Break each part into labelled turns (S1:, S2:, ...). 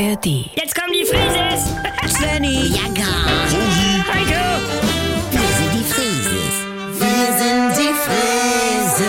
S1: ARD.
S2: Jetzt kommen die Frises!
S3: Svenny. Ja, gar.
S2: Heiko!
S3: Wir sind die Frieses. Wir sind die Frieses.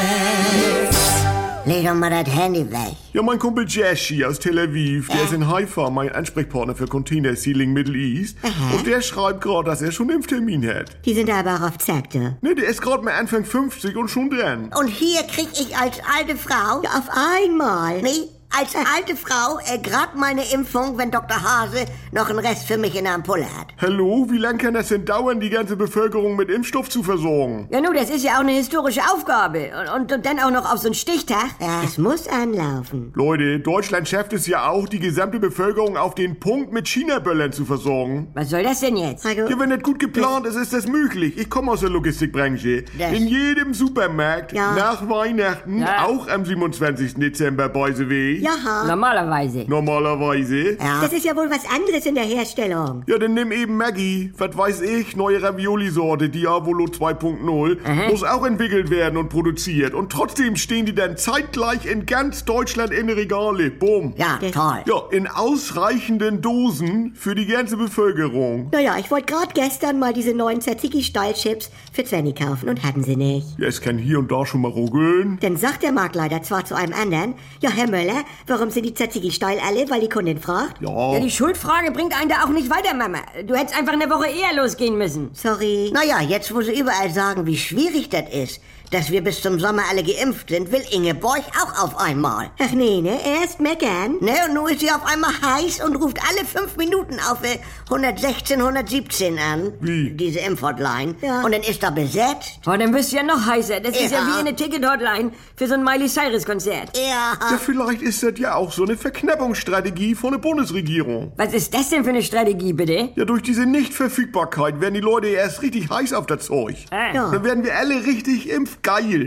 S3: Leg doch mal das Handy weg.
S4: Ja, mein Kumpel Jashi aus Tel Aviv, der ist in Haifa, mein Ansprechpartner für Container Sealing Middle East. Und der schreibt gerade, dass er schon Impftermin hat.
S3: Die sind aber auch auf Zack, du.
S4: Ne, der ist gerade mal Anfang 50 und schon dran.
S5: Und hier krieg ich als alte Frau,
S3: Auf einmal.
S5: nee, als alte Frau äh, grad meine Impfung, wenn Dr. Hase noch einen Rest für mich in der Ampulle hat.
S4: Hallo, wie lange kann das denn dauern, die ganze Bevölkerung mit Impfstoff zu versorgen?
S5: Ja, nun, das ist ja auch eine historische Aufgabe. Und, und, und dann auch noch auf so einen Stichtag. Ja.
S3: Es muss anlaufen.
S4: Leute, Deutschland schafft es ja auch, die gesamte Bevölkerung auf den Punkt mit China-Böllern zu versorgen.
S5: Was soll das denn jetzt?
S4: Ja, wenn das gut geplant ist, ist das möglich. Ich komme aus der Logistikbranche.
S5: Das-
S4: In jedem Supermarkt
S3: Ja.
S4: nach Weihnachten,
S2: Ja.
S4: auch am 27. Dezember, by the way.
S3: Ja.
S2: Normalerweise.
S4: Normalerweise.
S5: Ja.
S3: Das ist ja wohl was anderes in der Herstellung.
S4: Ja, dann nimm eben Maggi. Was weiß ich, neue Ravioli-Sorte, Diavolo
S5: Mhm.
S4: 2.0. Muss auch entwickelt werden und produziert. Und trotzdem stehen die dann zeitgleich in ganz Deutschland in Regale. Boom.
S5: Ja,
S3: Das-
S5: toll.
S4: Ja, in ausreichenden Dosen für die ganze Bevölkerung.
S3: Naja, ich wollte gerade gestern mal diese neuen Tzatziki-Style-Chips für Svenny kaufen und hatten sie nicht.
S4: Ja, es kann hier und da schon mal ruckeln.
S3: Dann sagt der Marktleiter zwar zu einem anderen, ja, Herr Möller, warum sind die Tzatziki steil alle, weil die Kundin fragt?
S4: Ja.
S5: Ja, die Schuldfrage bringt einen da auch nicht weiter, Mama. Du hättest einfach eine Woche eher losgehen müssen.
S3: Sorry.
S5: Naja, jetzt wo sie überall sagen, wie schwierig das ist, dass wir bis zum Sommer alle geimpft sind, will Ingeborg auch auf einmal.
S3: Ach nee, ne? Erst meckern.
S5: Ne, und nun ist sie auf einmal heiß und ruft alle fünf Minuten auf äh, 116, 117 an.
S4: Wie?
S5: Diese Impfhotline.
S3: Ja.
S5: Und dann ist da besetzt.
S2: Oh, dann bist du ja noch heißer. Das ist ja
S5: Ja.
S2: wie eine Ticket-Hotline für so ein Miley Cyrus-Konzert.
S5: Ja.
S4: Ja, vielleicht ist das ja auch so eine Verknappungsstrategie von der Bundesregierung.
S2: Was ist das denn für eine Strategie, bitte?
S4: Ja, durch diese Nichtverfügbarkeit werden die Leute erst richtig heiß auf das Zeug.
S2: Ah.
S4: Dann werden wir alle richtig impfgeil.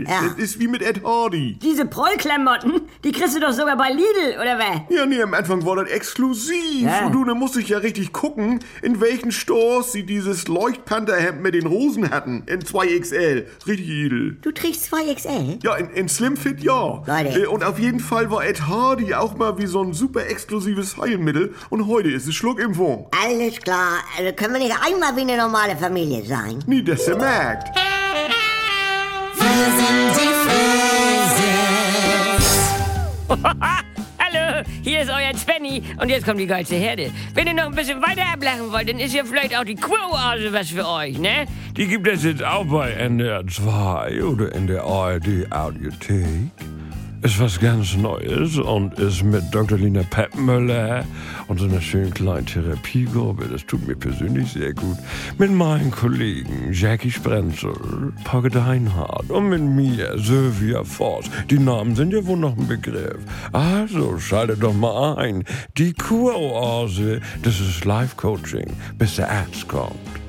S5: Ja.
S4: Das ist wie mit Ed Hardy.
S2: Diese Prollklamotten, die kriegst du doch sogar bei Lidl, oder was?
S4: Ja, nee, am Anfang war das exklusiv.
S2: Ja.
S4: Und du, da musste ich ja richtig gucken, in welchen Stores sie dieses Leuchtpantherhemd mit den Rosen hatten. In 2XL. Richtig edel.
S3: Du trägst 2XL?
S4: Ja, in, in Slimfit ja.
S5: Leute.
S4: Äh, Und auf jeden Fall war Ed Hardy auch mal wie so ein super exklusives Heilmittel. Und heute ist es Schluckimpfung.
S5: Alles klar. Also können wir nicht einmal wie eine normale Familie sein?
S4: Nie, dass ihr merkt.
S2: Hallo, hier ist euer Svenny und jetzt kommt die geilste Herde. Wenn ihr noch ein bisschen weiter ablachen wollt, dann ist hier vielleicht auch die Quo-Oase was für euch, ne?
S6: Die gibt es jetzt auch bei NDR 2 oder in der ARD Audiothek. Ist was ganz Neues und ist mit Dr. Lina Peppmüller und so einer schönen kleinen Therapiegruppe, das tut mir persönlich sehr gut, mit meinen Kollegen Jackie Sprenzel, Pogge Deinhardt und mit mir, Sylvia Voss. Die Namen sind ja wohl noch ein Begriff. Also schaltet doch mal ein. Die Kuroase, das ist Life-Coaching, bis der Arzt kommt.